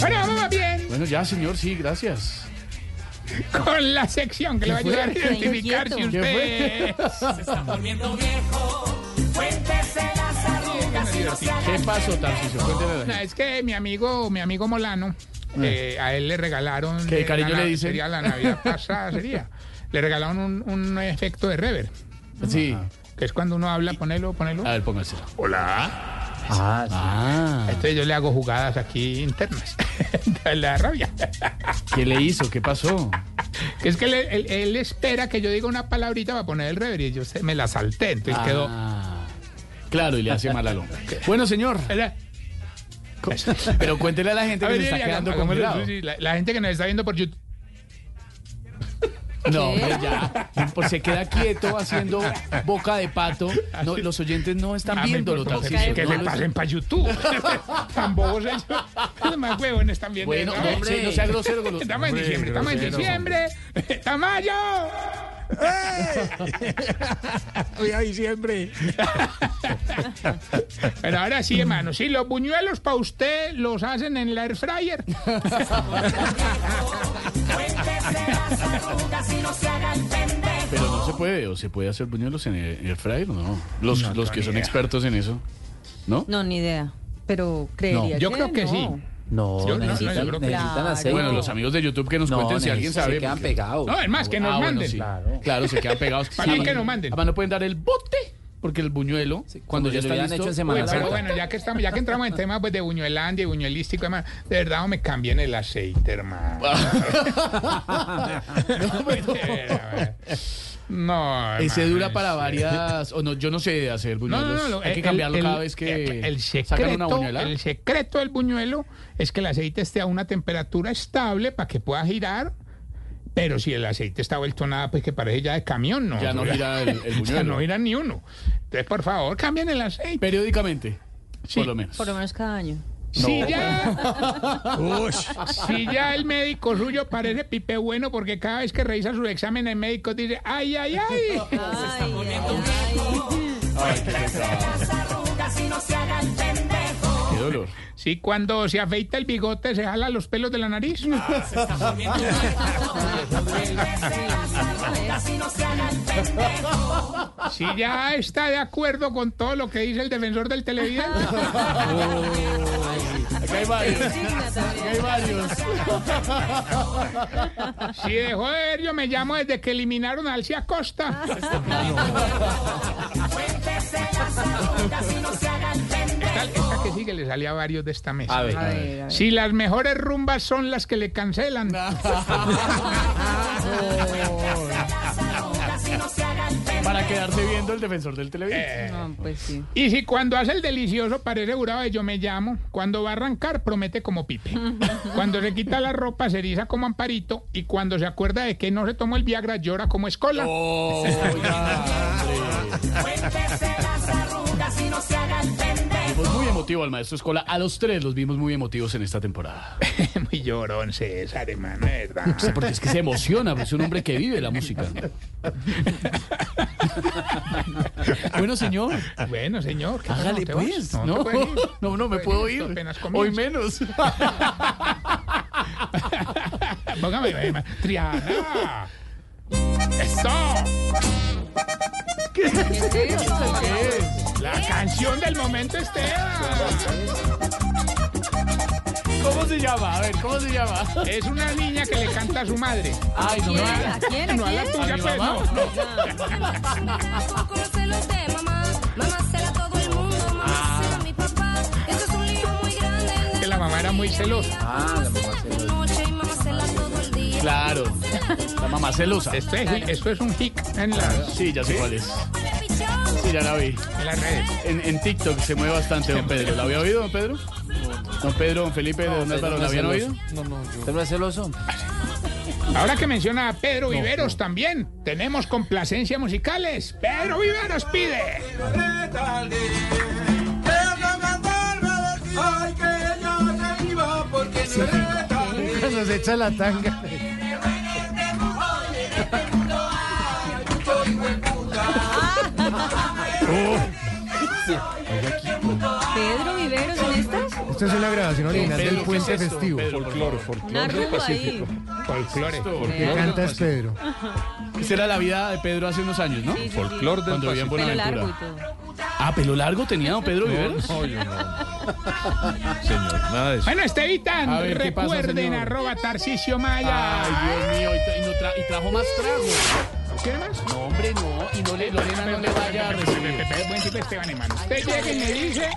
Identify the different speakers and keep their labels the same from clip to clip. Speaker 1: Bueno, vamos más bien
Speaker 2: Bueno, ya, señor, sí, gracias.
Speaker 1: con la sección que le va a ayudar a
Speaker 3: fue?
Speaker 1: identificar si
Speaker 3: Quieto.
Speaker 2: ¿Qué
Speaker 1: usted...
Speaker 2: ¿Qué pasó, Tarcisio? Cuénteme. a la
Speaker 1: No,
Speaker 2: gente.
Speaker 1: es que mi amigo, mi amigo Molano, eh, a él le regalaron...
Speaker 2: Ah. ¿Qué
Speaker 1: eh,
Speaker 2: cariño
Speaker 1: la
Speaker 2: le
Speaker 1: nav-
Speaker 2: dicen?
Speaker 1: Sería la Navidad pasada, sería. Le regalaron un, un efecto de reverb,
Speaker 2: Sí.
Speaker 1: que es cuando uno habla, ponelo, ponelo.
Speaker 2: A ver, póngaselo.
Speaker 1: Hola.
Speaker 2: Ah,
Speaker 1: Entonces yo le hago jugadas aquí internas. Da la rabia.
Speaker 2: ¿qué le hizo? ¿Qué pasó?
Speaker 1: Que es que él, él- él espera que yo diga una palabrita para poner el reverb y yo se- me la salté, entonces Pues quedó...
Speaker 2: Ah, Claro, y le hace mal al hombre. Bueno, señor,
Speaker 1: Era-
Speaker 2: pero cuéntele a la gente
Speaker 1: A
Speaker 2: que
Speaker 1: ver,
Speaker 2: le está
Speaker 1: Lilian,
Speaker 2: quedando
Speaker 1: hagámosle-
Speaker 2: congelado.
Speaker 1: sí, la, la gente que nos está viendo por YouTube.
Speaker 2: No, hombre, ya. Pues se queda quieto haciendo boca de pato. No, los oyentes no están
Speaker 1: Ah, me
Speaker 2: viéndolo,
Speaker 1: importa,
Speaker 2: Tarcisio.
Speaker 1: Que
Speaker 2: no
Speaker 1: le
Speaker 2: lo
Speaker 1: pasen para YouTube. Tan bobos ellos. Los más huevones están viendo.
Speaker 2: Bueno,
Speaker 1: ¿no?
Speaker 2: no, sí, no sea grosero con los...
Speaker 1: Estamos en diciembre, estamos en diciembre. ¡Tamayo!
Speaker 4: Hoy a diciembre.
Speaker 1: Pero ahora sí, hermano. Sí, los buñuelos para usted los hacen en la air fryer.
Speaker 2: Pero no se puede, o se puede hacer buñuelos en el, en el fryer, no. Los,
Speaker 1: No tengo
Speaker 2: los que
Speaker 1: ni
Speaker 2: son
Speaker 1: idea.
Speaker 2: expertos en eso, ¿no?
Speaker 3: No, ni idea. Pero creería
Speaker 1: yo creo que
Speaker 3: no.
Speaker 1: sí.
Speaker 4: No,
Speaker 1: Yo- no, no,
Speaker 4: necesitan,
Speaker 1: yo creo que-
Speaker 4: necesitan
Speaker 3: Claro.
Speaker 4: aceite.
Speaker 2: Bueno, los amigos de YouTube que nos
Speaker 4: No,
Speaker 2: cuenten si alguien
Speaker 4: neces- Se
Speaker 2: sabe.
Speaker 4: quedan
Speaker 2: porque-
Speaker 4: pegados.
Speaker 1: No, es más, que nos
Speaker 2: Ah, bueno,
Speaker 1: manden.
Speaker 2: sí. Claro.
Speaker 4: Claro.
Speaker 2: se quedan pegados.
Speaker 1: Para bien que nos manden.
Speaker 2: Además, no pueden dar el bote, porque el buñuelo,
Speaker 4: Sí,
Speaker 2: cuando
Speaker 4: como
Speaker 2: ya
Speaker 4: si
Speaker 2: está
Speaker 4: lo hubieran
Speaker 2: listo...
Speaker 4: hecho en
Speaker 1: Uy,
Speaker 4: Semana
Speaker 1: pero
Speaker 4: Santa.
Speaker 1: bueno, ya que estamos, ya que entramos en temas pues, de buñuelandia y buñuelístico, y demás, de verdad me cambié en el aceite, hermano. no, no,
Speaker 2: Ese
Speaker 1: hermano,
Speaker 2: dura para
Speaker 1: sí.
Speaker 2: varias... O no, yo no sé hacer
Speaker 1: No,
Speaker 2: buñuelos.
Speaker 1: no, no, no,
Speaker 2: Hay que
Speaker 1: el-
Speaker 2: cambiarlo
Speaker 1: el-
Speaker 2: cada vez que
Speaker 1: el
Speaker 2: sacan una
Speaker 1: secreto,
Speaker 2: buñuela.
Speaker 1: el secreto del buñuelo es que el aceite esté a una temperatura estable para que pueda girar, pero si el aceite está vuelto nada, pues que parece ya de camión, ¿no?
Speaker 2: Ya no gira el- el
Speaker 1: ya
Speaker 2: buñuelo.
Speaker 1: no gira ni uno. Entonces, por favor, cambien el aceite.
Speaker 2: Periódicamente,
Speaker 1: Sí.
Speaker 2: por lo menos.
Speaker 3: Por lo menos cada año.
Speaker 1: Si ya, si ya el médico suyo parece pipe bueno porque cada vez que revisa su examen el médico dice, ay, ay, ay.
Speaker 3: Ay, ay, ay.
Speaker 2: Qué dolor.
Speaker 1: Si cuando se afeita el bigote se jala los pelos de la nariz. Si ya está de acuerdo con todo lo que dice el defensor del televidente.
Speaker 2: Acá hay varios. Acá hay varios.
Speaker 1: Si dejó de ver, yo me llamo desde que eliminaron a Alcia Costa. Esta, esta que sigue le salía a varios de esta mesa.
Speaker 2: A ver.
Speaker 3: A ver, a ver.
Speaker 1: Si las mejores rumbas son las que le cancelan.
Speaker 2: Para quedarse viendo el defensor del
Speaker 1: Eh.
Speaker 2: televidente.
Speaker 3: No, pues sí.
Speaker 1: Y si cuando hace el delicioso parece jurado de yo me llamo, cuando va a arrancar promete como pipe. Cuando se quita la ropa se eriza como amparito y cuando se acuerda de que no se tomó el Viagra llora como escola.
Speaker 2: Oh. Vimos muy emotivo al maestro Escola. A los tres los vimos muy emotivos en esta temporada.
Speaker 1: Muy llorón César, hermano, de ¿verdad?
Speaker 2: Sí, porque es que se emociona, pues es un hombre que vive la música. bueno, señor.
Speaker 1: Bueno, señor. ¿qué pasa?
Speaker 2: Hágale
Speaker 1: ¿Te vas?
Speaker 2: pues.
Speaker 1: No,
Speaker 2: No,
Speaker 1: te puedes ir.
Speaker 2: no, no me
Speaker 1: Pues,
Speaker 2: puedo
Speaker 1: esto
Speaker 2: ir.
Speaker 1: apenas
Speaker 2: Hoy
Speaker 1: comienza.
Speaker 2: menos.
Speaker 1: Póngame, eh, ma- Triana. ¡Eso! La canción del momento, Esteban.
Speaker 2: ¿Cómo se llama? A ver, ¿cómo se llama?
Speaker 1: Es una niña que le canta a su madre.
Speaker 2: Ay, no me
Speaker 3: ¿A
Speaker 2: digas.
Speaker 3: quién? ¿A
Speaker 1: No a la
Speaker 3: quién?
Speaker 1: tuya,
Speaker 2: mi
Speaker 1: pues,
Speaker 2: mamá?
Speaker 1: no. no.
Speaker 5: Tampoco los celos de mamá, mamá será todo el mundo, mamá será mi papá. Eso es un lío muy grande.
Speaker 1: Que la mamá era muy celosa.
Speaker 4: Ah, la mamá
Speaker 5: De
Speaker 4: celosa.
Speaker 5: noche y mamá será todo el día.
Speaker 2: Claro. La mamá celosa.
Speaker 1: Esto es, esto es un hic en, las-
Speaker 2: Sí, ya sé cuál es.
Speaker 5: Huele pichón.
Speaker 2: Sí, ya la vi.
Speaker 1: en las redes.
Speaker 2: En, en TikTok se mueve bastante don Pedro. ¿La había oído, don Pedro? Don Pedro, don Felipe, don Álvaro, ¿la habían oído?
Speaker 4: ¿Usted no es celoso?
Speaker 1: Ahora que menciona a Pedro Viveros también, tenemos complacencia musicales. Pedro Viveros pide.
Speaker 4: Nos echa la tanga.
Speaker 3: Pedro Viveros en estas.
Speaker 4: Esta es una grabación original
Speaker 2: Pedro,
Speaker 4: del
Speaker 2: ¿qué
Speaker 4: puente
Speaker 2: es esto,
Speaker 4: festivo.
Speaker 2: Pedro, por
Speaker 6: Folclore,
Speaker 2: favor?
Speaker 3: Un
Speaker 6: folclore del
Speaker 3: arco ahí.
Speaker 6: Pacífico. Folclore,
Speaker 2: Esto,
Speaker 4: ¿Qué
Speaker 2: folclore.
Speaker 4: canta es Pedro?
Speaker 2: Esa era la vida de Pedro hace unos años, ¿no?
Speaker 3: Sí, sí, sí.
Speaker 6: folclore del
Speaker 2: Cuando
Speaker 6: Pacífico.
Speaker 2: vivían por
Speaker 3: Pelo
Speaker 2: Buenaventura.
Speaker 3: largo y todo.
Speaker 2: Ah, pelo largo tenía don Pedro Viveros.
Speaker 6: No, yo no, no. Señor, nada de eso.
Speaker 1: Bueno, Estevitan,
Speaker 2: A ver, ¿qué pasa,
Speaker 1: recuerden
Speaker 2: señor?
Speaker 1: arroba Tarcicio Maya.
Speaker 2: Ay, Dios mío, y, tra- y no tra- y trajo más tragos.
Speaker 1: ¿Quiere más?
Speaker 2: No, hombre, no. Y no le, Lorena no le vaya a recibir.
Speaker 1: Pepe, buen tipo Esteban, hermano. Usted llega y me dice,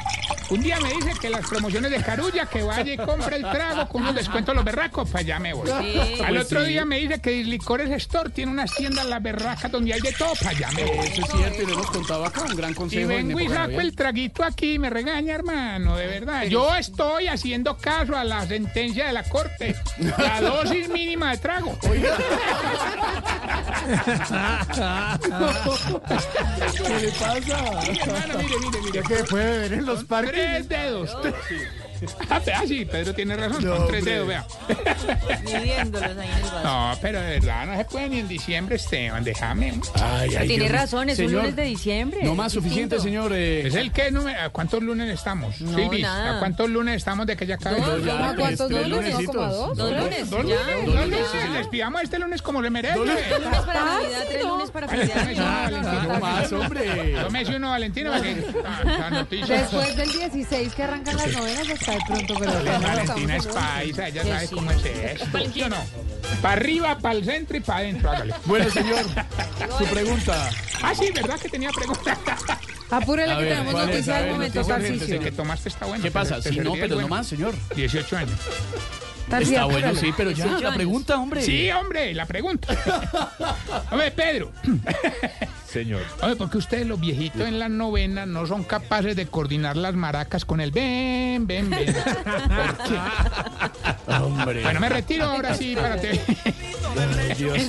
Speaker 1: un día me dice que las promociones de Carulla, que vaya y compre el trago con unos descuentos a los berracos, para allá me voy.
Speaker 3: Sí.
Speaker 1: Al
Speaker 2: Pues
Speaker 1: otro
Speaker 2: sí.
Speaker 1: día me dice que Licores Store tiene unas tiendas las berracas donde hay de todo, para allá me voy.
Speaker 2: Eso es cierto, y lo hemos contado acá, un gran consejo.
Speaker 1: Y
Speaker 2: en
Speaker 1: vengo y
Speaker 2: época de
Speaker 1: saco
Speaker 2: Navidad.
Speaker 1: el traguito aquí y me regaña, hermano, de verdad. Yo estoy haciendo caso a la sentencia de la corte. La dosis mínima de trago.
Speaker 2: ¿Qué le pasa?
Speaker 1: Hermano, mire, mire, mire.
Speaker 4: Que puede beber en los
Speaker 1: Tres
Speaker 4: parques.
Speaker 1: dedos. Ah, pe- ah, sí, Pedro tiene razón.
Speaker 4: No,
Speaker 1: Son tres
Speaker 4: hombre.
Speaker 1: dedos, vea.
Speaker 3: Midiéndolos ahí en el vaso.
Speaker 1: No, pero de verdad no se puede ni en diciembre, Esteban. Déjame.
Speaker 2: Ay, ay,
Speaker 3: Tiene
Speaker 2: Dios mío.
Speaker 3: razón, es un
Speaker 2: Señor,
Speaker 3: lunes de diciembre.
Speaker 2: No más suficiente,
Speaker 3: distinto.
Speaker 2: señor. eh,
Speaker 1: ¿Es el qué? número? ¿A cuántos lunes estamos?
Speaker 3: No,
Speaker 1: Silvis,
Speaker 3: nada.
Speaker 1: ¿a cuántos lunes estamos de que ya acabó?
Speaker 2: Dos ya,
Speaker 7: ¿A cuántos
Speaker 2: tres, tres
Speaker 7: lunes? ¿No? ¿Como a
Speaker 2: lunesitos.
Speaker 3: Dos lunes,
Speaker 1: Dos
Speaker 3: ya.
Speaker 1: lunes,
Speaker 2: Dos
Speaker 1: dos
Speaker 2: lunes,
Speaker 1: lunes.
Speaker 2: sí, señor.
Speaker 1: Despidamos este lunes como le merece.
Speaker 2: Dos lunes.
Speaker 3: Dos lunes para
Speaker 7: Ah,
Speaker 3: Navidad, tres
Speaker 7: no.
Speaker 3: lunes para
Speaker 1: Vale,
Speaker 3: fin de año.
Speaker 1: está bien, está
Speaker 2: No
Speaker 1: bien.
Speaker 2: más, hombre.
Speaker 1: Tómese uno, Valentina, para que la- la noticia.
Speaker 7: Después del 16 que arrancan las novenas hasta de pronto, pero
Speaker 1: Valentina es paisa, ella
Speaker 3: Sí,
Speaker 1: sabe
Speaker 3: sí.
Speaker 1: cómo es esto. ¿Sí o no? Para arriba, para el centro y para adentro, hágale.
Speaker 2: Bueno, señor, su pregunta.
Speaker 1: Ah, sí, ¿verdad que tenía preguntas?
Speaker 7: Apúrele
Speaker 2: A
Speaker 7: que
Speaker 2: ver,
Speaker 7: tenemos
Speaker 2: ¿cuál es?
Speaker 7: noticia
Speaker 2: A
Speaker 7: del
Speaker 2: ver,
Speaker 7: momento,
Speaker 2: noticia urgente,
Speaker 7: Tarcicio.
Speaker 1: El que tomaste está bueno.
Speaker 2: ¿Qué pasa?
Speaker 1: Este
Speaker 2: Sí, no,
Speaker 1: servidor
Speaker 2: pero
Speaker 1: es
Speaker 2: no
Speaker 1: bueno.
Speaker 2: más, señor.
Speaker 1: 18 años.
Speaker 7: Tarcicio,
Speaker 2: Está bueno,
Speaker 7: apúrele.
Speaker 2: sí, pero ya,
Speaker 3: 18
Speaker 2: la
Speaker 3: años.
Speaker 2: pregunta, hombre.
Speaker 1: Sí, hombre, la pregunta. Hombre, Pedro.
Speaker 6: Señor.
Speaker 1: Oye, ¿por qué ustedes los viejitos en la novena no son capaces de coordinar las maracas con el ven, ven, ven?
Speaker 2: Hombre. Ah,
Speaker 1: Bueno, me retiro ahora sí para te...
Speaker 2: Dios